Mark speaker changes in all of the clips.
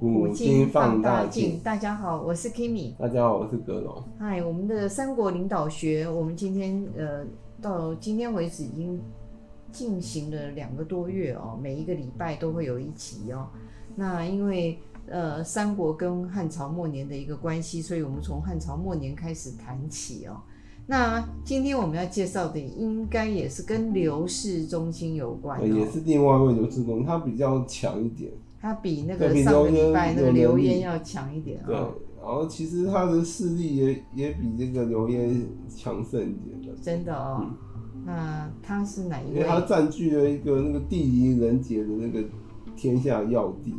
Speaker 1: 无精放大镜。
Speaker 2: 大家好，我是 Kimi。
Speaker 1: 大家好，我是格龙。
Speaker 2: 嗨，我们的三国领导学，我们今天呃到今天为止已经进行了两个多月哦，每一个礼拜都会有一集哦。那因为呃三国跟汉朝末年的一个关系，所以我们从汉朝末年开始谈起哦。那今天我们要介绍的应该也是跟刘氏中心有关、哦，
Speaker 1: 呃也是另外一位刘志忠，他比较强一点。
Speaker 2: 它比那
Speaker 1: 对
Speaker 2: 个
Speaker 1: 比
Speaker 2: 上个
Speaker 1: 刘渊
Speaker 2: 礼拜
Speaker 1: 有
Speaker 2: 那个
Speaker 1: 能
Speaker 2: 刘
Speaker 1: 力
Speaker 2: 焉要强一点
Speaker 1: 对，
Speaker 2: 哦。
Speaker 1: 然后其实他的势力也也比这个刘焉强盛一点的，
Speaker 2: 真的哦。那他是哪一
Speaker 1: 嗯因
Speaker 2: 位
Speaker 1: 为？他占据了一个那个地灵人杰的那个天下要地。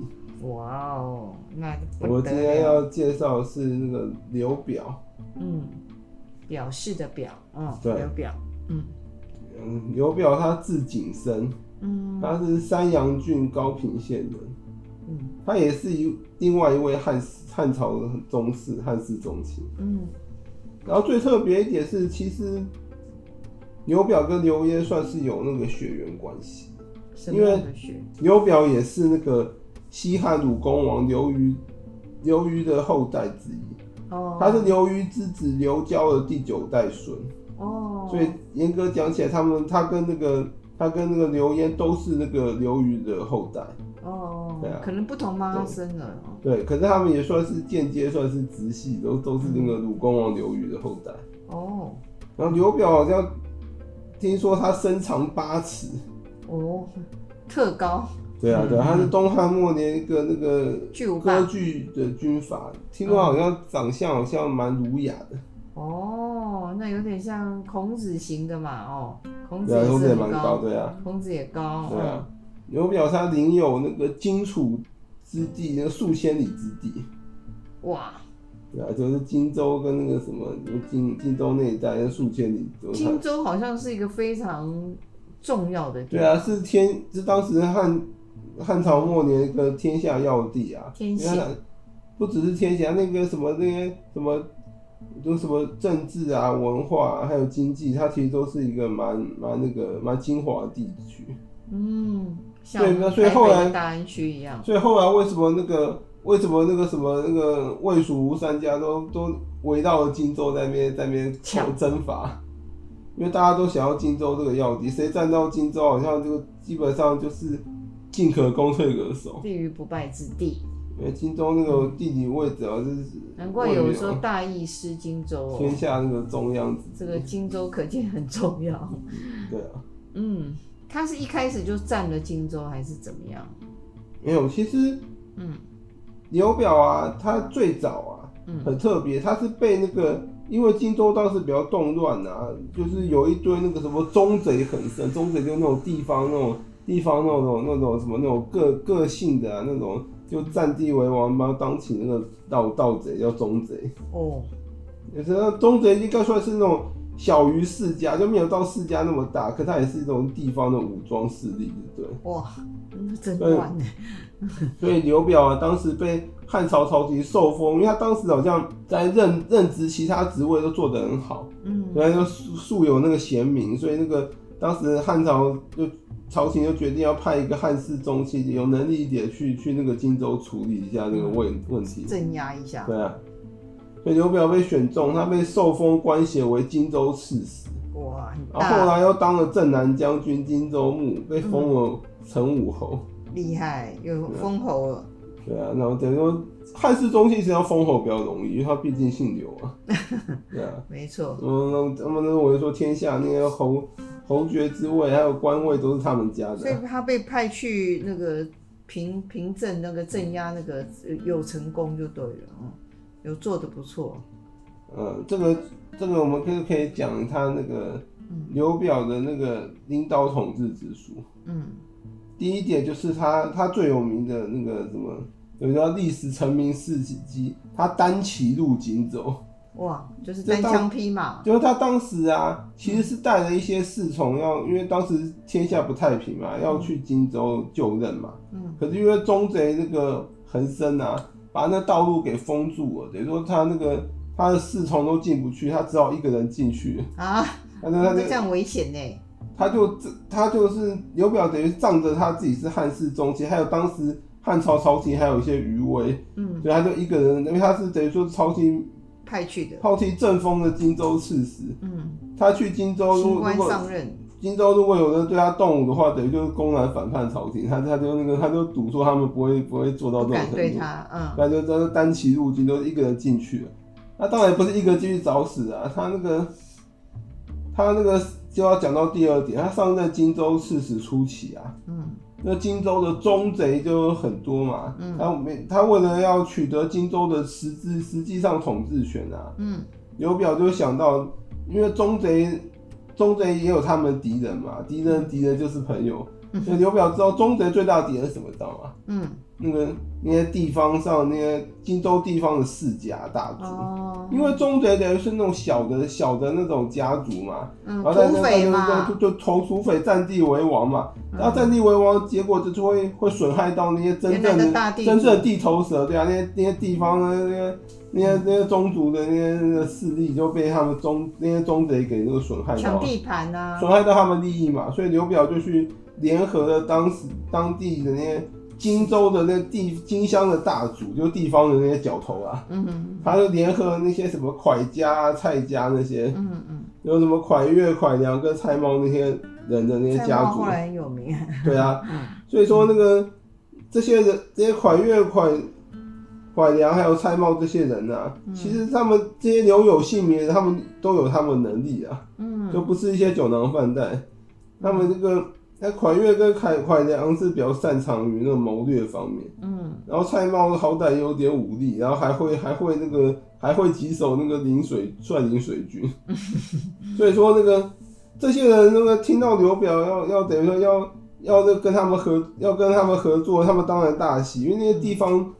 Speaker 2: 哇哦，那不
Speaker 1: 我今
Speaker 2: 得
Speaker 1: 天
Speaker 2: 了。
Speaker 1: 要介绍的是那个刘表，
Speaker 2: 嗯，表示的表，嗯，
Speaker 1: 对
Speaker 2: 刘表，嗯
Speaker 1: 嗯，刘表他字景升，
Speaker 2: 嗯
Speaker 1: 他是山阳郡高平县人，
Speaker 2: 嗯
Speaker 1: 他也是一另外一位汉汉朝的宗室，汉室宗亲。
Speaker 2: 嗯
Speaker 1: 然后最特别一点是，其实刘表跟刘焉算是有那个血缘关系。
Speaker 2: 什么
Speaker 1: 因为
Speaker 2: 样的学？
Speaker 1: 刘表也是那个西汉武功王刘虞，刘虞的后代之一，
Speaker 2: 哦，
Speaker 1: 他是刘虞之子刘交的第九代孙，
Speaker 2: 哦，
Speaker 1: 所以严格讲起来，他们他跟那个他跟那个刘焉都是那个刘虞的后代，对
Speaker 2: 哦
Speaker 1: 啊，
Speaker 2: 可能不同妈妈生的哦，
Speaker 1: 对，可是他们也算是间接算是直系，都都是那个武功王刘虞的后代。
Speaker 2: 哦
Speaker 1: 然后刘表好像听说他身长八尺，
Speaker 2: 哦，特高
Speaker 1: 对啊，
Speaker 2: 嗯
Speaker 1: 对啊，他是东汉末年一个那个
Speaker 2: 巨无
Speaker 1: 割
Speaker 2: 霸，
Speaker 1: 据的军阀，听说好像长相好像蛮儒雅的，
Speaker 2: 哦，那有点像孔子型的嘛，哦，孔子
Speaker 1: 对啊，
Speaker 2: 也
Speaker 1: 工资也
Speaker 2: 是
Speaker 1: 蛮
Speaker 2: 很嗯
Speaker 1: 高，，对啊，
Speaker 2: 孔子也高，哦
Speaker 1: 对啊。刘表他领有那个荆楚之地，那个数千里之地，
Speaker 2: 嗯，哇，
Speaker 1: 对啊，就是荆州跟那个什么什么荆荆州那一带，那数千里 都是他
Speaker 2: 荆州好像是一个非常重要的地
Speaker 1: 对啊，是天，是当时汉汉朝末年一个天下要地啊，
Speaker 2: 天险
Speaker 1: 因为它不只是天下，那个什么那些什么，就什么政治啊、文化、啊、还有经济，它其实都是一个蛮蛮那个蛮精华的地区。
Speaker 2: 嗯，像
Speaker 1: 对那所以
Speaker 2: 台北
Speaker 1: 后来
Speaker 2: 大安区一样，
Speaker 1: 所以后来为什么那个为什么那个什么那个魏蜀吴三家都都围绕了荆州在那边在那边
Speaker 2: 抢
Speaker 1: 征伐？因为大家都想要荆州这个要地，谁占到荆州，好像就基本上就是进可攻退可守。
Speaker 2: 立于不败之地。
Speaker 1: 因为荆州那个地理位置啊，就是
Speaker 2: 难怪有人说
Speaker 1: 哦
Speaker 2: 大意失荆州
Speaker 1: 天
Speaker 2: 哦，
Speaker 1: 下那个中央之
Speaker 2: 这个荆州可见很重要。
Speaker 1: 对啊。
Speaker 2: 嗯，他是一开始就占了荆州还是怎么样？
Speaker 1: 没有，其实
Speaker 2: 嗯
Speaker 1: 刘表啊，他最早啊，
Speaker 2: 嗯
Speaker 1: 很特别，他是被那个，因为荆州当时比较动乱啊，就是有一堆那个什么忠贼很盛，忠贼就那种地方那种地方那种那种那种什么那种个个性的啊那种，就占地为王，帮当起那个盗盗贼叫忠贼，
Speaker 2: 哦
Speaker 1: 有时候忠贼应该算是那种小于世家，就没有到世家那么大，可它也是一种地方的武装势力，对。
Speaker 2: 哇，那真乱呢。
Speaker 1: 所以刘表啊，当时被汉朝朝廷受封，因为他当时好像在任任职其他职位都做得很好，
Speaker 2: 嗯
Speaker 1: 原来就素素有那个贤名，所以那个当时汉朝就朝廷就决定要派一个汉室宗亲，有能力一点去去那个荆州处理一下那个问问题。
Speaker 2: 镇压一下。
Speaker 1: 对啊，所以刘表被选中，他被受封官衔为荆州刺史，
Speaker 2: 哇，很
Speaker 1: 然后后
Speaker 2: 大
Speaker 1: 来又当了镇南将军、荆州牧，被封为陈武侯。
Speaker 2: 厉害，有封侯了。
Speaker 1: 对啊，然后等于说汉室宗亲实际上封侯比较容易，因为他毕竟姓刘啊。对啊，
Speaker 2: 没错，
Speaker 1: 嗯，那么呢，我就说天下那些侯侯爵之位还有官位都是他们家
Speaker 2: 所
Speaker 1: 的啊。
Speaker 2: 以他被派去那个平平镇那个镇压那个呃有成功就对了，嗯，有做的不错。
Speaker 1: 嗯，这个这个我们可以可以讲他那个刘表的那个领导统治之术。
Speaker 2: 嗯，
Speaker 1: 第一点就是他他最有名的那个什么，有一个叫历史成名事迹，他单骑入荆州。
Speaker 2: 哇，就是
Speaker 1: 这
Speaker 2: 单
Speaker 1: 当
Speaker 2: 枪匹马。
Speaker 1: 就是他当时啊，其实是带了一些侍从要，因为当时天下不太平嘛，要去荆州就任嘛。
Speaker 2: 嗯。
Speaker 1: 可是因为忠贼那个横生啊，把那道路给封住了，等于说他那个他的侍从都进不去，他只好一个人进去。
Speaker 2: 啊，
Speaker 1: 但是他就
Speaker 2: 那这样危险呢。
Speaker 1: 他就他就是刘表，等于仗着他自己是汉室宗亲，还有当时。汉朝朝廷还有一些余威，
Speaker 2: 嗯，
Speaker 1: 所以他就一个人，因为他是等于说朝廷
Speaker 2: 派去的，
Speaker 1: 抛弃正风的荆州刺史，
Speaker 2: 嗯，
Speaker 1: 他去荆州，如
Speaker 2: 新
Speaker 1: 果
Speaker 2: 官
Speaker 1: 如果
Speaker 2: 上任，
Speaker 1: 荆州如果有人对他动武的话，等于就是公然反叛朝廷，他他就那个他就赌说他们不会不会做到
Speaker 2: 不
Speaker 1: 这种
Speaker 2: 敢
Speaker 1: 程
Speaker 2: 对
Speaker 1: 度，
Speaker 2: 他，嗯，
Speaker 1: 他就他就单骑入京，就一个人进去了。那当然不是一个人进去找死啊，他那个他那个就要讲到第二点，他上任荆州刺史初期啊，
Speaker 2: 嗯，
Speaker 1: 那荆州的忠贼就很多嘛，
Speaker 2: 嗯
Speaker 1: 他没他为了要取得荆州的实质实际上统治权啊，
Speaker 2: 嗯，
Speaker 1: 刘表就想到，因为忠贼，忠贼也有他们敌人嘛，敌人敌人就是朋友。
Speaker 2: 嗯
Speaker 1: 所以刘表知道忠贼最大的敌人是什么，知道吗？
Speaker 2: 嗯，
Speaker 1: 那个那些地方上那些荆州地方的世家大族，
Speaker 2: 哦，
Speaker 1: 啊因为忠贼等于是那种小的小的那种家族嘛，
Speaker 2: 嗯，
Speaker 1: 然后在
Speaker 2: 土
Speaker 1: 那
Speaker 2: 匪
Speaker 1: 那
Speaker 2: 嘛嗯
Speaker 1: 就，就就投土匪占地为王嘛，然后占地为王，结果就是会会损害到那些真
Speaker 2: 原
Speaker 1: 正
Speaker 2: 来
Speaker 1: 的
Speaker 2: 的大地主
Speaker 1: 真正的地头蛇，对啊，那些那些地方的那些那些那些宗族的那些那个势力就被他们宗那些宗贼给那个损害
Speaker 2: 抢
Speaker 1: 到，
Speaker 2: 地盘啊，
Speaker 1: 损害到他们利益嘛，所以刘表就去联合了当时当地的那些荆州的那地荆襄的大族，就地方的那些角头啊，
Speaker 2: 嗯
Speaker 1: 他就联合那些什么蒯家啊、蔡家那些，
Speaker 2: 嗯嗯
Speaker 1: 有什么蒯越、蒯良跟蔡瑁那些人的那些
Speaker 2: 嗯，蔡
Speaker 1: 家
Speaker 2: 瑁
Speaker 1: 族
Speaker 2: 后，来很有名，
Speaker 1: 对啊，
Speaker 2: 嗯
Speaker 1: 所以说那个这些人，这些蒯越、蒯蒯良还有蔡瑁这些人啊，
Speaker 2: 嗯
Speaker 1: 其实他们这些留有姓名的，他们都有他们能力啊，就
Speaker 2: 嗯，
Speaker 1: 不是一些酒囊饭袋。他们这个那蒯越跟蒯蒯良是比较擅长于那种谋略方面，
Speaker 2: 嗯
Speaker 1: 然后蔡瑁好歹也有点武力，然后还会还会那个还会几手那个临水率领水 军，所以说那个这些人那个听到刘表要要等于说要要那跟他们合要跟他们合作，他们当然大喜，因为那些地方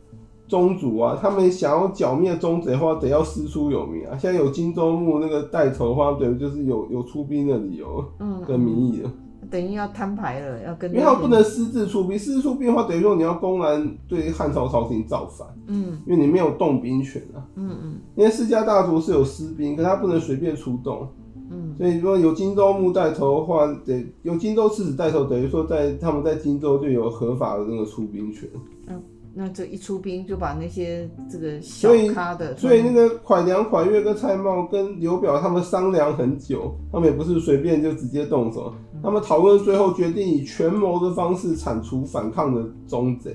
Speaker 1: 宗族啊，他们想要剿灭宗贼的话，得要师出有名啊。现在有荆州牧那个带头的话，等于就是有有出兵的理由
Speaker 2: 嗯，
Speaker 1: 跟名义了。
Speaker 2: 等于要摊牌了，要跟
Speaker 1: 因为他们不能私自出兵，私自出兵的话，等于说你要公然对汉朝朝廷造反，
Speaker 2: 嗯
Speaker 1: 因为你没有动兵权啊。
Speaker 2: 嗯
Speaker 1: 因为世家大族是有私兵，可他不能随便出动，
Speaker 2: 嗯嗯
Speaker 1: 所以说有荆州牧带头的话，得有荆州刺史带头，等于说在他们在荆州就有合法的那个出兵权。
Speaker 2: 嗯，那这一出兵就把那些这个小
Speaker 1: 所以
Speaker 2: 咖的，
Speaker 1: 所以那个蒯良、蒯越跟蔡瑁跟刘表他们商量很久，他们也不是随便就直接动手，他们讨论最后决定以权谋的方式铲除反抗的忠贼，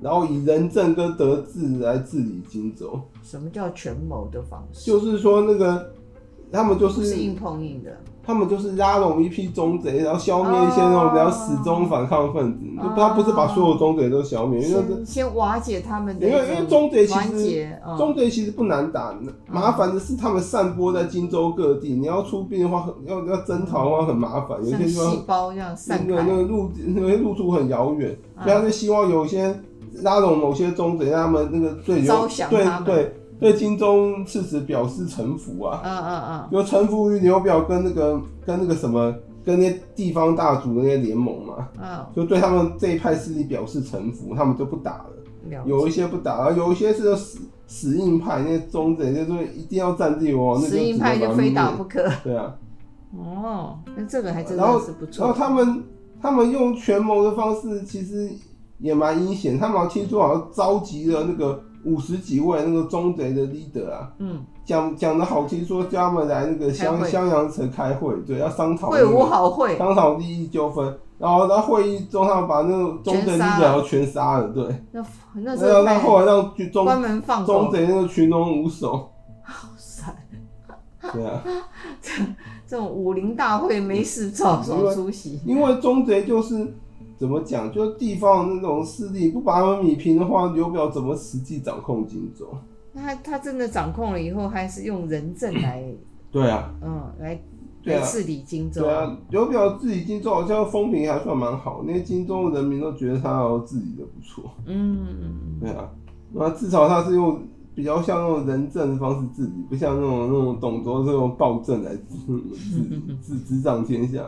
Speaker 1: 然后以仁政跟德治来治理荆州。
Speaker 2: 什么叫权谋的方式？
Speaker 1: 就是说那个他们就
Speaker 2: 不是
Speaker 1: 是
Speaker 2: 硬碰硬的，
Speaker 1: 他们就是拉拢一批忠贼，然后消灭一些那
Speaker 2: 哦
Speaker 1: 种比较始终反抗分子。
Speaker 2: 哦
Speaker 1: 他不是把所有忠贼都消灭，因为
Speaker 2: 先先瓦解他们的一
Speaker 1: 因
Speaker 2: 种
Speaker 1: 为因为中贼其实
Speaker 2: 团结，嗯
Speaker 1: 中队其实不难打，
Speaker 2: 哦
Speaker 1: 麻烦的是他们散播在荆州各地。你要出兵的话，很要要征讨的话很麻烦，有些
Speaker 2: 像
Speaker 1: 地方
Speaker 2: 细胞这样散
Speaker 1: 那个那
Speaker 2: 开，
Speaker 1: 个路那个路途很遥远，
Speaker 2: 嗯
Speaker 1: 所以他就希望有一些拉拢某些中贼，让他们那个对
Speaker 2: 招
Speaker 1: 有
Speaker 2: 降
Speaker 1: 对
Speaker 2: 他们
Speaker 1: 对对荆州刺史表示臣服啊，
Speaker 2: 嗯嗯
Speaker 1: 就臣服于刘表跟那个跟那个什么跟那些地方大族的那些联盟嘛，
Speaker 2: 嗯嗯
Speaker 1: 就对他们这一派势力表示臣服，他们就不打了。，
Speaker 2: 了解
Speaker 1: 有一些不打，然后有一些是死死硬派，那些忠贼就是一定要占地为王，那
Speaker 2: 石
Speaker 1: 就
Speaker 2: 英
Speaker 1: 只
Speaker 2: 派
Speaker 1: 能
Speaker 2: 就
Speaker 1: 把
Speaker 2: 非
Speaker 1: 灭
Speaker 2: 打不可。
Speaker 1: 对啊，
Speaker 2: 哦，那这个还真
Speaker 1: 然
Speaker 2: 的
Speaker 1: 后
Speaker 2: 是不
Speaker 1: 然后
Speaker 2: 错。
Speaker 1: 他们他们用权谋的方式，其实也蛮阴险。他们好像听说好像召集了那个五十几位那个忠贼的 leader 啊，
Speaker 2: 嗯，
Speaker 1: 讲讲的好听说叫他们来那个
Speaker 2: 开
Speaker 1: 襄
Speaker 2: 会
Speaker 1: 襄阳城开会，对，要商讨、那
Speaker 2: 会
Speaker 1: 个、
Speaker 2: 无好会，
Speaker 1: 商讨利益纠纷。然后，然后会议中，他们把那个忠贼
Speaker 2: 全杀
Speaker 1: leader
Speaker 2: 了
Speaker 1: 要全杀了，对。
Speaker 2: 那那时
Speaker 1: 那
Speaker 2: 候
Speaker 1: 那
Speaker 2: 太
Speaker 1: 后来让忠
Speaker 2: 关门放
Speaker 1: 忠
Speaker 2: 狗，
Speaker 1: 贼那个群龙无首，
Speaker 2: 哇塞
Speaker 1: 对啊，
Speaker 2: 这种武林大会没事找少出席。
Speaker 1: 因为中贼就是怎么讲，就是地方那种势力不把他们米平的话，刘表怎么实际掌控荆州？
Speaker 2: 那他他真的掌控了以后，还是用仁政来，
Speaker 1: 对啊，
Speaker 2: 嗯，来
Speaker 1: 对
Speaker 2: 来
Speaker 1: 啊，
Speaker 2: 治理荆州
Speaker 1: 对。啊，刘表自己荆州好像风评还算蛮好，那些荆州人民都觉得他好像治理的不错，
Speaker 2: 嗯，
Speaker 1: 对啊，那至少他是用。比较像那种仁政的方式治理，不像那种那种董卓这种暴政来治治理治执掌天下。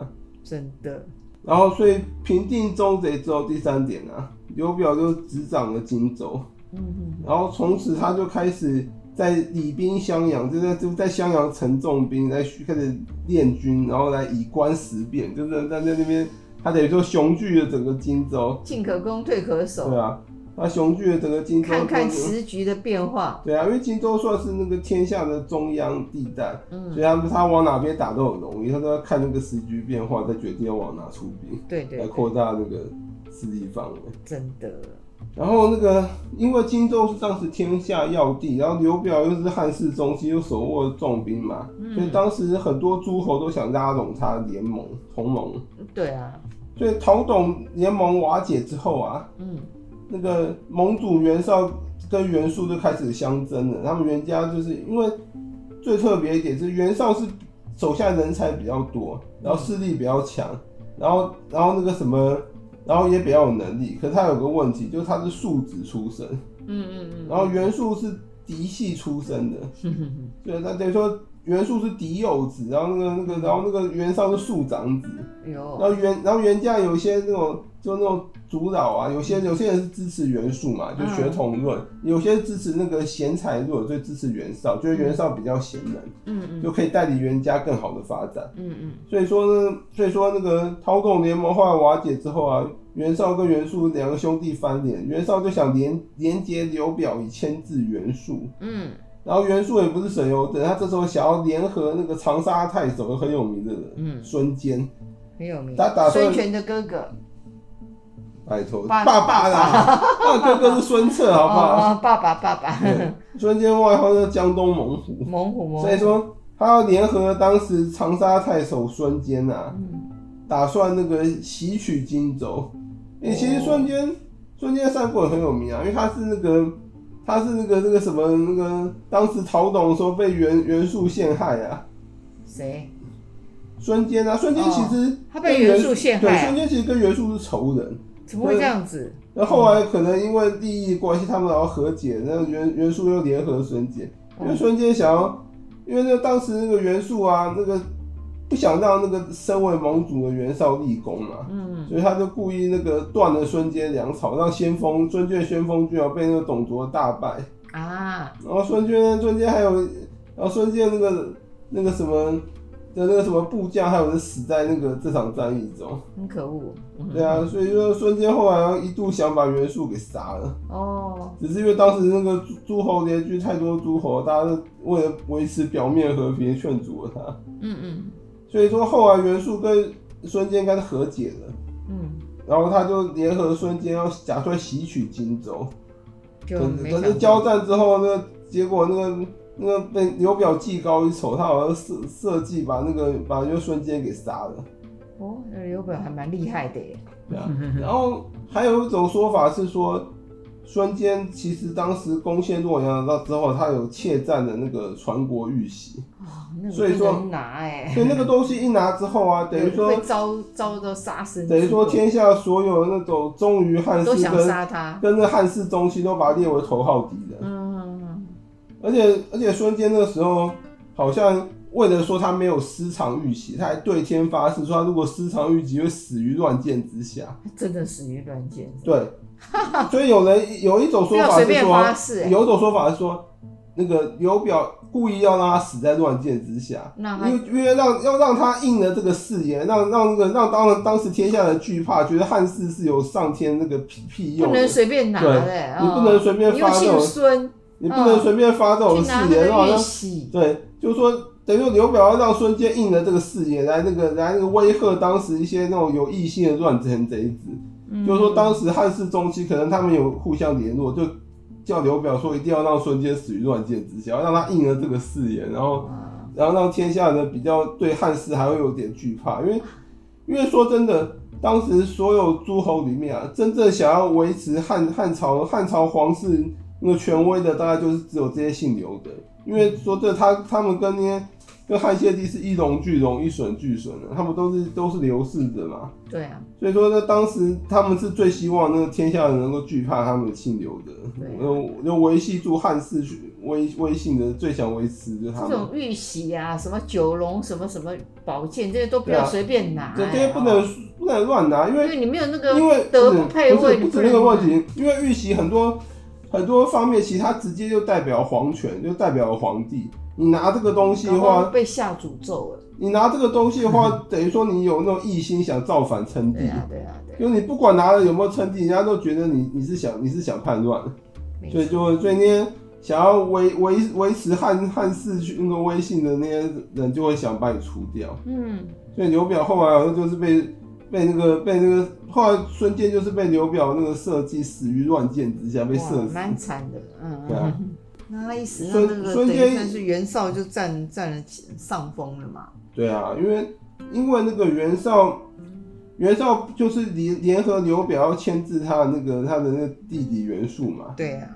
Speaker 2: 真的，
Speaker 1: 然后，所以平定中贼之后，第三点啊，刘表就执掌了荆州。
Speaker 2: 嗯
Speaker 1: 然后从此他就开始在礼兵襄阳，就在就在襄阳城重兵，来开始练军，然后来以观时变，就是在在那边，他等于说雄踞了整个荆州，
Speaker 2: 进可攻，退可守。
Speaker 1: 对啊。啊，雄踞了整个荆州。
Speaker 2: 看看时局的变化。
Speaker 1: 对啊，因为荆州算是那个天下的中央地带，
Speaker 2: 嗯，
Speaker 1: 所以他们他往哪边打都很容易，他都要看那个时局变化，再决定要往哪出兵，
Speaker 2: 对对
Speaker 1: 来
Speaker 2: 对，
Speaker 1: 扩大那个势力范围。
Speaker 2: 真的，
Speaker 1: 然后那个，因为荆州是当时天下要地，然后刘表又是汉室宗亲，又手握重兵嘛，所以
Speaker 2: 嗯，
Speaker 1: 当时很多诸侯都想拉拢他联盟同盟。
Speaker 2: 对啊，
Speaker 1: 所以同董联盟瓦解之后啊，
Speaker 2: 嗯，
Speaker 1: 那个盟主袁绍跟袁术就开始相争了。他们袁家就是因为最特别一点是袁绍是手下人才比较多，然后势力比较强，然后然后那个什么，然后也比较有能力。可是他有个问题，就是他是庶子出身，
Speaker 2: 嗯嗯嗯，
Speaker 1: 然后袁术是嫡系出身的，
Speaker 2: 哼哼哼
Speaker 1: 对，那等于说袁术是嫡幼子，然后那个那个然后那个袁绍是庶长子，
Speaker 2: 哎呦，
Speaker 1: 然后袁，然后袁家有一些那种就那种主导啊，有些有些人是支持袁术
Speaker 2: 嗯
Speaker 1: 嘛，就血统论；有些支持那个贤才论，所以支持袁绍，觉得袁绍比较贤能，
Speaker 2: 嗯嗯
Speaker 1: 就可以带领袁家更好的发展。
Speaker 2: 嗯嗯，
Speaker 1: 所以说呢，所以说那个韬董联盟后来瓦解之后啊，袁绍跟袁术两个兄弟翻脸，袁绍就想连连结刘表以牵制袁术，
Speaker 2: 嗯，
Speaker 1: 然后袁术也不是省油灯，他这时候想要联合那个长沙太守很有名的人，
Speaker 2: 嗯
Speaker 1: 孙坚，
Speaker 2: 很有名
Speaker 1: 他打。算
Speaker 2: 孙权的哥哥，
Speaker 1: 拜托，
Speaker 2: 爸
Speaker 1: 爸 爸啦，那哥哥是孙策，好不好？
Speaker 2: 哦，哦爸爸爸爸，
Speaker 1: 对孙坚外号叫江东猛虎，
Speaker 2: 猛虎猛虎，
Speaker 1: 所以说他要联合当时长沙太守孙坚啊，
Speaker 2: 嗯，
Speaker 1: 打算那个袭取荆州。诶、其实
Speaker 2: 哦
Speaker 1: 孙坚，孙坚三国也很有名啊，因为他是那个。他是那个那个什么那个，当时曹董说被袁袁术陷害啊，
Speaker 2: 谁？
Speaker 1: 孙坚啊，孙坚其实
Speaker 2: 哦他被
Speaker 1: 跟
Speaker 2: 袁术陷害啊
Speaker 1: 对，孙坚其实跟袁术是仇人，
Speaker 2: 怎么会这样子？
Speaker 1: 那后来可能因为利益关系，他们然后和解，那袁袁术又联合孙坚，
Speaker 2: 嗯
Speaker 1: 因为孙坚想要，因为那当时那个袁术啊，那个不想让那个身为盟主的袁绍立功嘛，
Speaker 2: 嗯，
Speaker 1: 所以他就故意那个断了孙坚粮草，让先锋孙权先锋军啊被那个董卓大败，
Speaker 2: 啊，
Speaker 1: 然后孙坚孙坚还有，然后孙坚那个那个什么的那个什么部将，还有人死在那个这场战役中，
Speaker 2: 很可恶。嗯
Speaker 1: 对啊，所以说孙坚后来一度想把袁术给杀了。
Speaker 2: 哦，
Speaker 1: 只是因为当时那个诸诸侯联军太多诸侯，大家都为了维持表面和平劝阻了他，
Speaker 2: 嗯
Speaker 1: 所以说后来袁术跟孙坚应该是和解了，
Speaker 2: 嗯嗯，
Speaker 1: 然后他就联合孙坚要假算袭取荆州，
Speaker 2: 就
Speaker 1: 可
Speaker 2: 没
Speaker 1: 可是
Speaker 2: 想
Speaker 1: 交
Speaker 2: 到。
Speaker 1: 战之后呢，结果那个那个被刘表技高一筹，他好像设设计把那个把那个孙坚给杀了，
Speaker 2: 哦，那刘表还蛮厉害的耶。
Speaker 1: 对啊，
Speaker 2: 嗯
Speaker 1: 然后还有一种说法是说。孙坚其实当时攻陷洛阳到之后，他有怯战的那个传国玉玺，
Speaker 2: 哦，那个
Speaker 1: 所以说
Speaker 2: 不能拿哎，
Speaker 1: 所以那个东西一拿之后 啊，等于说
Speaker 2: 会遭遭到杀身之
Speaker 1: 等
Speaker 2: 祸，
Speaker 1: 于说天下所有那种忠于汉
Speaker 2: 都
Speaker 1: 室
Speaker 2: 想
Speaker 1: 跟
Speaker 2: 杀他。
Speaker 1: 跟那汉室宗亲都把他列为头号敌人，
Speaker 2: 嗯，
Speaker 1: 而且而且孙坚那时候好像为了说他没有私藏玉玺，他还对天发誓说他如果私藏玉玺会死于乱箭之下。
Speaker 2: 真的死于乱箭。
Speaker 1: 对， 所以有人有一种
Speaker 2: 不
Speaker 1: 说
Speaker 2: 要
Speaker 1: 法
Speaker 2: 随
Speaker 1: 是
Speaker 2: 便
Speaker 1: 说，
Speaker 2: 发誓欸，
Speaker 1: 有一种说法是说，那个刘表故意要让他死在乱箭之下，
Speaker 2: 那他
Speaker 1: 因为因为让要让他应了这个誓言，让让那个让当当时天下人惧怕，觉得汉室是有上天那个庇庇佑
Speaker 2: 不能
Speaker 1: 的，
Speaker 2: 随便拿的欸，
Speaker 1: 你
Speaker 2: 哦
Speaker 1: 不能随便
Speaker 2: 你又
Speaker 1: 发这
Speaker 2: 姓
Speaker 1: 种，
Speaker 2: 孙，
Speaker 1: 你不能随便发这种
Speaker 2: 去
Speaker 1: 誓
Speaker 2: 拿那
Speaker 1: 言，好
Speaker 2: 个玉
Speaker 1: 像
Speaker 2: 玺，
Speaker 1: 对，就是说。等于说刘表要让孙坚应了这个誓言，来那个来那个威吓当时一些那种有异心的乱臣贼子，
Speaker 2: 嗯
Speaker 1: 就是说当时汉室中期可能他们有互相联络，就叫刘表说一定要让孙坚死于乱箭之下，要让他应了这个誓言，然
Speaker 2: 嗯
Speaker 1: 后
Speaker 2: 哇
Speaker 1: 然后让天下人比较对汉室还会有点惧怕，因为因为说真的，当时所有诸侯里面啊，真正想要维持汉汉朝汉朝皇室那个权威的，大概就是只有这些姓刘的，因为说这他他们跟那些跟汉献帝是一荣俱荣，一损俱损的，他们都是都是刘氏的嘛。
Speaker 2: 对啊，
Speaker 1: 所以说呢，当时他们是最希望那个天下人能够惧怕他们姓刘的，
Speaker 2: 对
Speaker 1: 就就维系住汉室威威信的最想维持就是他
Speaker 2: 这
Speaker 1: 们，
Speaker 2: 种玉玺啊，什么九龙，什么什么宝剑，这些都不要
Speaker 1: 对啊
Speaker 2: 随便拿、
Speaker 1: 这
Speaker 2: 哎
Speaker 1: 这些不能不能乱拿，因
Speaker 2: 因
Speaker 1: 为
Speaker 2: 为你没有那个
Speaker 1: 因为
Speaker 2: 德
Speaker 1: 不是
Speaker 2: 不嗯配
Speaker 1: 不是
Speaker 2: 位，
Speaker 1: 不
Speaker 2: 你
Speaker 1: 止
Speaker 2: 能
Speaker 1: 那个问题，因为玉玺很多很多方面，其实它直接就代表皇权，就代表皇帝。你拿这个东西
Speaker 2: 搞
Speaker 1: 的
Speaker 2: 不好
Speaker 1: 话，
Speaker 2: 被下诅咒了。
Speaker 1: 你拿这个东西的 话，等于说你有那种异心想造反称帝
Speaker 2: 对，啊，对啊，对啊，
Speaker 1: 就你不管拿了有没有称帝，人家都觉得你你是想你是想叛乱，
Speaker 2: 没
Speaker 1: 所以
Speaker 2: 错，
Speaker 1: 就所以那些想要维维维持汉汉室去那个威信的那些人就会想把你除掉。
Speaker 2: 嗯，
Speaker 1: 所以刘表后来好像就是被被那个被那个后来孙坚就是被刘表那个设计死于乱箭之下被射
Speaker 2: 哇，
Speaker 1: 死。
Speaker 2: 蛮惨的，嗯
Speaker 1: 对啊
Speaker 2: 嗯。那他一死，那
Speaker 1: 孙
Speaker 2: 那个
Speaker 1: 孙
Speaker 2: 等于
Speaker 1: 坚
Speaker 2: 算是袁绍就占占了上风了嘛。
Speaker 1: 对啊，因为因为那个袁绍，袁绍就是联联合刘表要牵制他的那个他的那个弟弟袁术嘛，
Speaker 2: 对啊，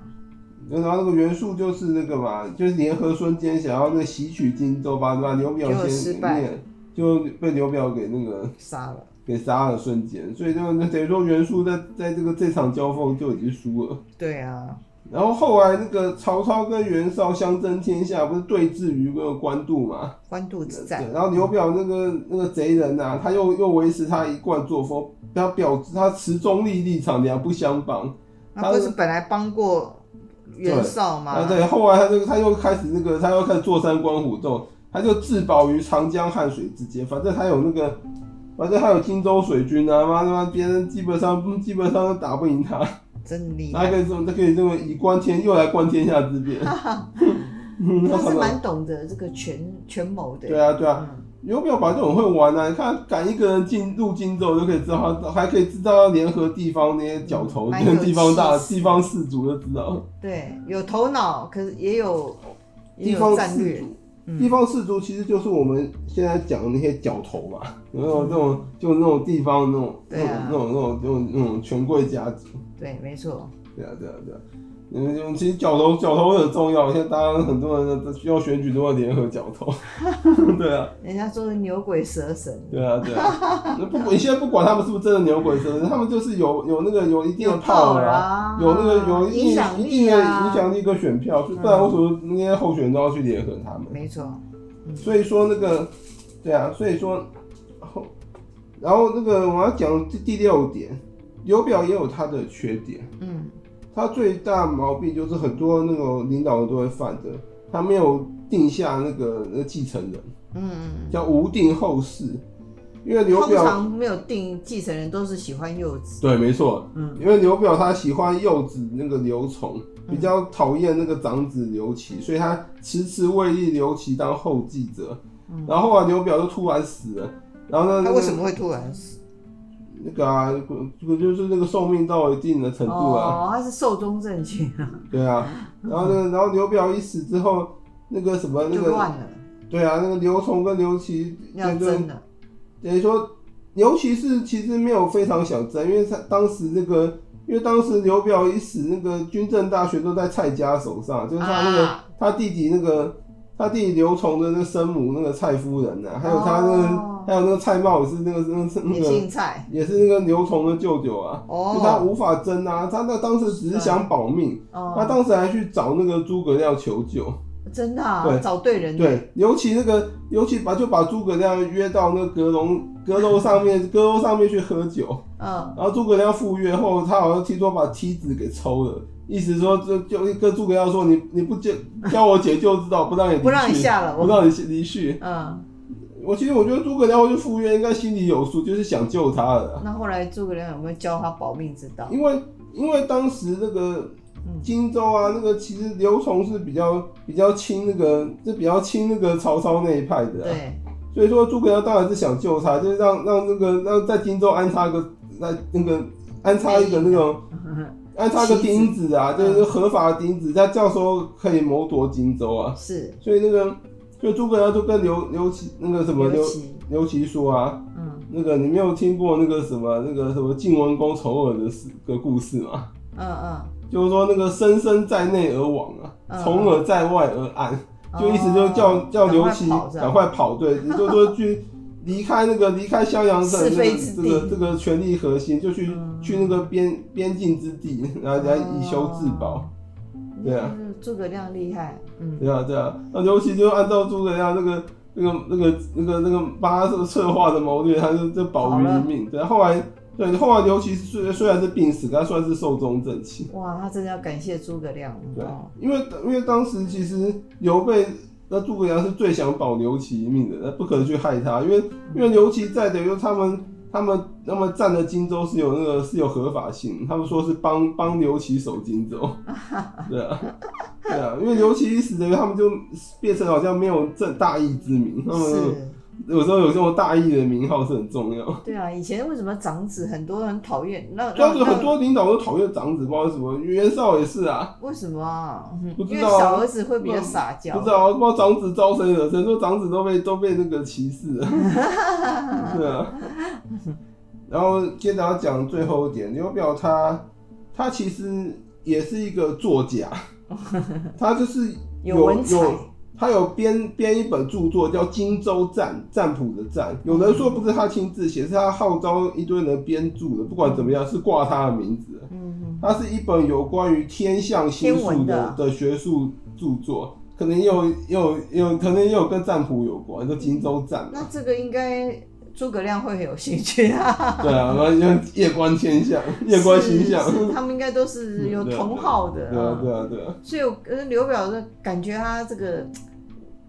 Speaker 1: 然后那个袁术就是那个嘛，就是联合孙坚想要那个袭取荆州，把把刘表
Speaker 2: 结果失
Speaker 1: 先
Speaker 2: 败
Speaker 1: 灭，就被刘表给那个
Speaker 2: 杀了，
Speaker 1: 给杀了孙坚，所以就那等于说袁术在在这个这场交锋就已经输了。
Speaker 2: 对啊，
Speaker 1: 然后后来那个曹操跟袁绍相争天下，不是对峙于那个官渡嘛？
Speaker 2: 官渡之
Speaker 1: 对
Speaker 2: 战，，
Speaker 1: 然后刘表那个那个贼人呐、他又又维持他一贯作风，他表他持中立立场，两不相帮。
Speaker 2: 他不是本来帮过袁绍
Speaker 1: 啊，
Speaker 2: 吗？
Speaker 1: 对，后来他就他又开始那个，他又开始坐山观虎斗，他就自保于长江汉水之间，反正他有那个，反正他有荆州水军啊，妈他妈别人基本上基本上都打不赢他，
Speaker 2: 嗯真厉
Speaker 1: 他
Speaker 2: 害，
Speaker 1: 可以这么他可以这么以观天又来观天下之变。 嗯
Speaker 2: 他是
Speaker 1: 常常
Speaker 2: 蛮懂得这个权权谋的。
Speaker 1: 对啊对啊，
Speaker 2: 嗯，
Speaker 1: 刘表本来就很会玩啊，你看敢一个人进入荆州，就可以知道他还可以知道联合地方那些角头、
Speaker 2: 蛮
Speaker 1: 那
Speaker 2: 有
Speaker 1: 些地方大、
Speaker 2: 气势
Speaker 1: 地方士族就知道，
Speaker 2: 对，有头脑，可是也有也
Speaker 1: 地方
Speaker 2: 有战
Speaker 1: 士
Speaker 2: 略
Speaker 1: 族。。
Speaker 2: 嗯
Speaker 1: 地方士族其实就是我们现在讲的那些角头嘛，有没有这种就那种地方那种那
Speaker 2: 对啊
Speaker 1: 种那种那种那种那种权贵家族，
Speaker 2: 对，没错，
Speaker 1: 对啊对啊对啊，嗯，就其实角头角头很重要，现在大家很多人需要选举都要联合角头，对啊。
Speaker 2: 人家说牛鬼蛇神，
Speaker 1: 对啊，对啊， 那不管你现在不管他们是不是真的牛鬼蛇神，他们就是有有那个有一定的 power 啊，
Speaker 2: 啊
Speaker 1: 有那个有一定
Speaker 2: 影响
Speaker 1: 一定
Speaker 2: 力
Speaker 1: 的
Speaker 2: 啊，嗯
Speaker 1: 影响力跟选票，所以不然为什么那些候选人都要去联合他们？
Speaker 2: 没错，
Speaker 1: 所以说那个，对啊，所以说，然后然后那个我要讲第第六点，刘表也有他的缺点，
Speaker 2: 嗯，
Speaker 1: 他最大毛病就是很多那种领导人都会犯的，他没有定下那个那个继承人，
Speaker 2: 嗯，
Speaker 1: 叫无定后事，因为刘
Speaker 2: 通
Speaker 1: 表。
Speaker 2: 常没有定继承人都是喜欢幼子，
Speaker 1: 对，没错，
Speaker 2: 嗯，
Speaker 1: 因为刘表他喜欢幼子那个刘琮，比较讨厌那个长子刘琦，所以他迟迟未立刘琦当后继者。
Speaker 2: 嗯
Speaker 1: 然后后来刘表就突然死了，然后呢，
Speaker 2: 他
Speaker 1: 那
Speaker 2: 为
Speaker 1: 个
Speaker 2: 什么会突然死？
Speaker 1: 那个啊，不就是那个寿命到一定的程度啊，
Speaker 2: 哦，他是寿终正寝啊，
Speaker 1: 对啊，然后呢，然后刘表一死之后，那个什么那
Speaker 2: 就
Speaker 1: 个，
Speaker 2: 乱了，
Speaker 1: 对啊，那个刘琮跟刘琦
Speaker 2: 要
Speaker 1: 那个
Speaker 2: 争了，
Speaker 1: 等于说，尤其是其实没有非常想争，因为他当时那个，因为当时刘表一死，那个军政大权都在蔡家手上，就是他那个、
Speaker 2: 啊
Speaker 1: 他弟弟那个他弟弟刘琮的那个生母那个蔡夫人呐、还有他那个、
Speaker 2: 哦
Speaker 1: 还有那个蔡瑁也是那个那个那
Speaker 2: 也
Speaker 1: 个
Speaker 2: 姓蔡，
Speaker 1: 也是那个刘琮的舅舅啊。就他
Speaker 2: 哦，
Speaker 1: 无法争啊，他那当时只是想保命，他
Speaker 2: 哦，
Speaker 1: 当时还去找那个诸葛亮求救。
Speaker 2: 真的啊，
Speaker 1: 对
Speaker 2: 找对人，，
Speaker 1: 对，尤其那个，尤其把就把诸葛亮约到那个阁楼阁楼上面， 阁楼上面去喝酒。
Speaker 2: 嗯，
Speaker 1: 然后诸葛亮赴约后，他好像听说把梯子给抽了，意思说就就跟诸葛亮说，你你不救教我解救之道，不让你离
Speaker 2: 不让你
Speaker 1: 去
Speaker 2: 下了，
Speaker 1: 不
Speaker 2: 我，
Speaker 1: 让你离去。
Speaker 2: 嗯，
Speaker 1: 我其实我觉得诸葛亮会去赴约，应该心里有数，就是想救他了啊，
Speaker 2: 那后来诸葛亮有没有教他保命之道？
Speaker 1: 因为因为当时那个
Speaker 2: 嗯
Speaker 1: 荆州啊，那个其实刘琮是比较比较亲那个，就比较亲那个曹操那一派的、啊。
Speaker 2: 对，
Speaker 1: 所以说诸葛亮当然是想救他，就是让让那个让在荆州安插个在那个安插一个那种
Speaker 2: 哎
Speaker 1: 安插个钉子啊，
Speaker 2: 嗯
Speaker 1: 就是合法的钉子，他到时候可以谋夺荆州啊。
Speaker 2: 是
Speaker 1: 所以那个所以诸葛亮就跟刘刘琦那个什么
Speaker 2: 刘
Speaker 1: 刘
Speaker 2: 琦，
Speaker 1: 刘琦说啊，
Speaker 2: 嗯
Speaker 1: 那个你没有听过那个什么那个什么晋文公丑耳的事个故事吗？
Speaker 2: 嗯嗯。
Speaker 1: 就是说那个生生在内而亡
Speaker 2: 嗯
Speaker 1: 啊，从而在外而安。就意思就叫、
Speaker 2: 哦
Speaker 1: 叫刘琦
Speaker 2: 赶快跑这样
Speaker 1: 赶快跑， 对，你就说去离开那个离开襄阳
Speaker 2: 是
Speaker 1: 省这
Speaker 2: 非
Speaker 1: 个
Speaker 2: 之
Speaker 1: 这
Speaker 2: 地
Speaker 1: 个这个权力核心，就去、
Speaker 2: 嗯
Speaker 1: 去那个边边境之地，来来以修自
Speaker 2: 哦
Speaker 1: 保。对啊，
Speaker 2: 嗯诸葛亮厉害，嗯，
Speaker 1: 对啊，对啊，那刘琦就按照诸葛亮那个那个那个那个那个帮他策划的谋略，他就就保于
Speaker 2: 好了
Speaker 1: 一命。对，后来对后来刘琦虽虽然是病死，但他算是寿终正寝。
Speaker 2: 哇，他真的要感谢诸葛亮
Speaker 1: 对啊
Speaker 2: 哦，
Speaker 1: 因为因为当时其实刘备那诸葛亮是最想保刘琦一命的，那不可能去害他，因为因为刘琦在等于说他们他们他们占了荆州是有那个是有合法性，他们说是帮帮刘琦守荆 州，对啊对啊，因为刘琦一死等于他们就变成好像没有正大义之名，他们
Speaker 2: 是，
Speaker 1: 有时候有这种大义的名号是很重要。
Speaker 2: 对啊，以前为什么长子很多人讨厌？那
Speaker 1: 但
Speaker 2: 那
Speaker 1: 是啊很
Speaker 2: 那
Speaker 1: 多领导都讨厌长子，不知道为什么，袁绍也是啊，
Speaker 2: 为什么啊？嗯
Speaker 1: 不知
Speaker 2: 因为
Speaker 1: 道啊
Speaker 2: 小儿子会比较撒娇
Speaker 1: 不，知道不知啊道长子招谁惹谁，说长子都被都被那个歧视 了，对啊。然后接着要讲最后一点，刘表他他其实也是一个作 家，他就是
Speaker 2: 有文采
Speaker 1: 有他有编编一本著作叫《荆州战》，占卜的占。有人说不是他亲自写，是他号召一堆人编著的。不管怎么样，是挂他的名字的。
Speaker 2: 嗯，
Speaker 1: 它是一本有关于天象星
Speaker 2: 天
Speaker 1: 宿
Speaker 2: 文
Speaker 1: 的
Speaker 2: 的
Speaker 1: 的学术著作，可能也有也有也有可能也有跟占卜有关，就荆州占
Speaker 2: 那
Speaker 1: 嘛，
Speaker 2: 这个应该诸葛亮会很有兴趣啊，
Speaker 1: 对啊，然后就夜观天象、夜观星象，啊
Speaker 2: 是是他们应该 都是有同好的，
Speaker 1: 嗯对啊
Speaker 2: 嗯
Speaker 1: 对啊对啊
Speaker 2: 所以我跟刘表的感觉，他这个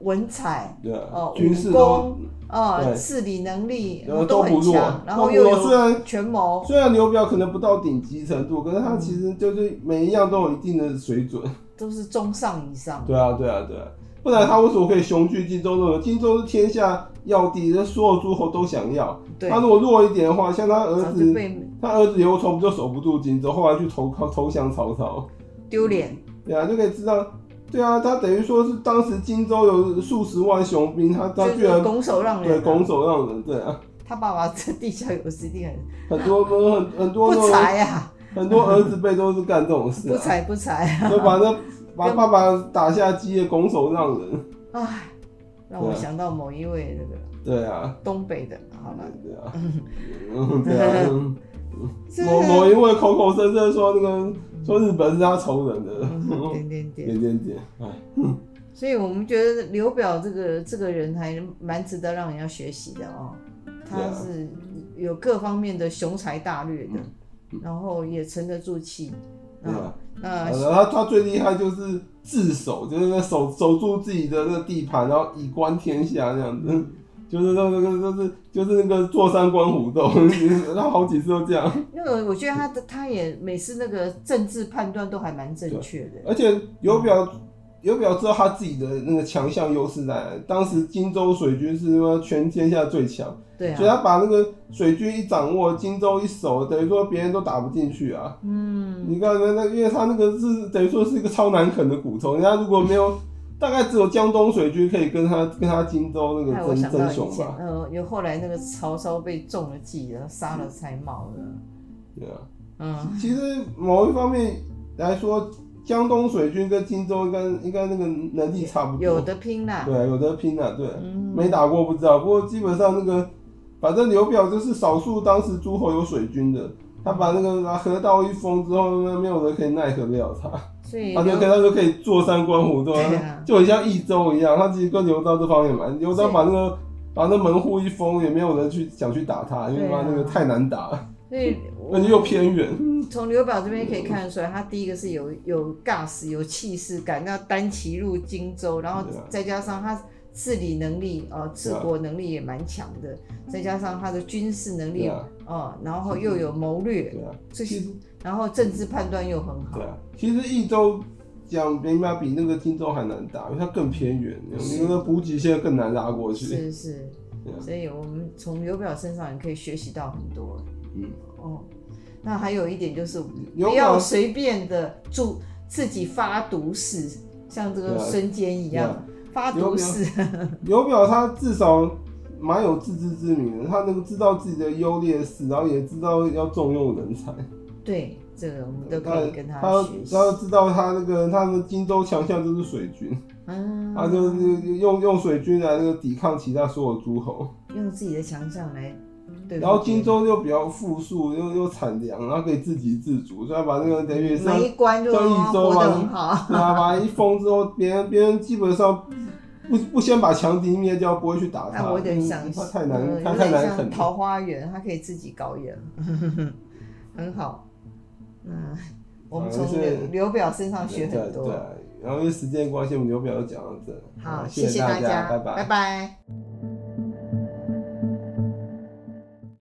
Speaker 2: 文采
Speaker 1: 对啊
Speaker 2: 哦，
Speaker 1: 军事
Speaker 2: 武
Speaker 1: 都
Speaker 2: 功啊、
Speaker 1: 对
Speaker 2: 治理能力
Speaker 1: 然后都不
Speaker 2: 都很
Speaker 1: 弱
Speaker 2: 强，，然后
Speaker 1: 都
Speaker 2: 又
Speaker 1: 不弱虽
Speaker 2: 有
Speaker 1: 然。
Speaker 2: 权谋，
Speaker 1: 虽然刘表可能不到顶级程度，可是他其实就是每一样都有一定的水准。
Speaker 2: 都是中上以上。
Speaker 1: 对啊，对啊，对啊，不然他为什么可以雄踞荆州呢？荆州是天下要地，这所有诸侯都想要。
Speaker 2: 对
Speaker 1: 他，如果弱一点的话，像他儿
Speaker 2: 早
Speaker 1: 子
Speaker 2: 就被
Speaker 1: 他儿子刘琮不就守不住荆州，后来去投靠投降曹操，
Speaker 2: 丢脸。
Speaker 1: 对啊，就可以知道，对啊，他等于说是当时荆州有数十万雄兵，他他
Speaker 2: 就
Speaker 1: 居
Speaker 2: 是
Speaker 1: 然
Speaker 2: 拱手让人啊、
Speaker 1: 对拱手让人，对啊，
Speaker 2: 他爸爸这地下有时一定 很
Speaker 1: 很多很很多
Speaker 2: 不
Speaker 1: 那种
Speaker 2: 才啊，
Speaker 1: 很多儿子辈都是干这种事、
Speaker 2: 不
Speaker 1: 啊，
Speaker 2: 才不才啊，
Speaker 1: 就把那把爸爸打下基业，拱手让人，
Speaker 2: 唉，让
Speaker 1: 啊
Speaker 2: 我想到某一位那个
Speaker 1: 对啊，
Speaker 2: 东北的，好了，
Speaker 1: 对 啊，嗯，对啊。嗯
Speaker 2: 这
Speaker 1: 某某一位口口声声说那个说日本是他仇人的，
Speaker 2: 嗯点点点。
Speaker 1: 点点点，哎，
Speaker 2: 所以我们觉得刘表这个这个人还蛮值得让人家学习的哦，
Speaker 1: 对
Speaker 2: 他
Speaker 1: 啊
Speaker 2: 是有各方面的雄才大略的，然后也沉得住气。
Speaker 1: 嗯对啊
Speaker 2: 啊，。那
Speaker 1: 然后他他最厉害就是自守，就是那守守住自己的那个地盘，然后以观天下这样子， 就是那个那个就是就是那个坐山观虎斗， 他好几次都这样。
Speaker 2: 那个我觉得他的他也每次那个政治判断都还蛮正确的。
Speaker 1: 而且刘表刘表知道他自己的那个强项优势在哪里，当时荆州水军是说全天下最强，
Speaker 2: 对
Speaker 1: 所以
Speaker 2: 啊，
Speaker 1: 他把那个水军一掌握，荆州一守，等于说别人都打不进去啊。
Speaker 2: 嗯，
Speaker 1: 你看那那，因为他那个是等于说是一个超难啃的骨头，人家如果没有，大概只有江东水军可以跟他跟他荆州那
Speaker 2: 害哎我
Speaker 1: 个争
Speaker 2: 想到
Speaker 1: 争
Speaker 2: 以
Speaker 1: 雄
Speaker 2: 前
Speaker 1: 吧，，
Speaker 2: 呃，有后来那个曹操被中了计，然后杀了才茂的，
Speaker 1: 对啊。
Speaker 2: 嗯，
Speaker 1: 其实某一方面来说，江东水军跟荆州应该应该那个能力差不多，
Speaker 2: 有的拼啦，
Speaker 1: 对，有的拼啊，对，
Speaker 2: 嗯，
Speaker 1: 没打过不知道，不过基本上那个，反正刘表就是少数当时诸侯有水军的。他把那个拿河道一封之后，那没有人可以奈何得了他。
Speaker 2: 所以
Speaker 1: 他就
Speaker 2: 刘
Speaker 1: 啊跟他就可以坐山观虎斗，
Speaker 2: 对啊
Speaker 1: 就很像益州一样。他其实跟刘璋这方面蛮，刘璋
Speaker 2: 是
Speaker 1: 把那个把那门户一封，也没有人去想去打他，因为
Speaker 2: 对
Speaker 1: 他
Speaker 2: 啊
Speaker 1: 那个太难打了，
Speaker 2: 所以
Speaker 1: 而且又偏远。
Speaker 2: 从刘表这边可以看得出来，他第一个是有有 gas 有气势感，那单骑入荆州，然后
Speaker 1: 对啊
Speaker 2: 再加上他治理能力呃治国能力也蛮强的，再加上他的军事能
Speaker 1: 对
Speaker 2: 力
Speaker 1: 啊，
Speaker 2: 哦，然后又有谋略，
Speaker 1: 对啊，
Speaker 2: 这些然后政治判断又很好
Speaker 1: 对，啊。其实益州讲明白比那个荆州还难打，因为它更偏远，
Speaker 2: 是
Speaker 1: 那个补给线更难拉过去。
Speaker 2: 是是
Speaker 1: 对啊，
Speaker 2: 所以我们从刘表身上也可以学习到很多
Speaker 1: 嗯，
Speaker 2: 哦。那还有一点就是，
Speaker 1: 刘
Speaker 2: 不
Speaker 1: 表
Speaker 2: 要随便的住自己发毒誓，像这个
Speaker 1: 对啊
Speaker 2: 孙坚一
Speaker 1: 对
Speaker 2: 样。
Speaker 1: 啊
Speaker 2: 发毒誓，
Speaker 1: 刘表他至少蛮有自知之明的，他能够知道自己的优劣势，然后也知道要重用人才。
Speaker 2: 对这个我们都
Speaker 1: 他
Speaker 2: 可以跟
Speaker 1: 他
Speaker 2: 他
Speaker 1: 要
Speaker 2: 学习
Speaker 1: 他。要知道他那个他们荆州强项就是水军，
Speaker 2: 嗯，
Speaker 1: 他就是用用水军来那个抵抗其他所有诸侯。
Speaker 2: 用自己的强项来对付别人。
Speaker 1: 然后荆州又比较富庶，又又产粮，然后可以自给自足，所以他把那个等于是
Speaker 2: 嗯每一关就
Speaker 1: 像益州
Speaker 2: 活
Speaker 1: 啊
Speaker 2: 得很好。
Speaker 1: 对啊，把一封之后，别人别人基本上不不先把强敌灭掉，不会去打他。
Speaker 2: 哎啊但我有点
Speaker 1: 嗯
Speaker 2: 想，
Speaker 1: 他太
Speaker 2: 呃
Speaker 1: 难，他
Speaker 2: 有
Speaker 1: 太
Speaker 2: 点
Speaker 1: 难啃
Speaker 2: 像
Speaker 1: 了。
Speaker 2: 桃花源，他可以自己搞圆，很好。嗯，我们
Speaker 1: 啊
Speaker 2: 从
Speaker 1: 所以
Speaker 2: 刘刘表身上学
Speaker 1: 对对
Speaker 2: 很多。
Speaker 1: 啊，然后因为时间关系，我们就不要讲到这。
Speaker 2: 好，
Speaker 1: 谢
Speaker 2: 谢
Speaker 1: 大
Speaker 2: 大家，
Speaker 1: 拜拜
Speaker 2: 拜拜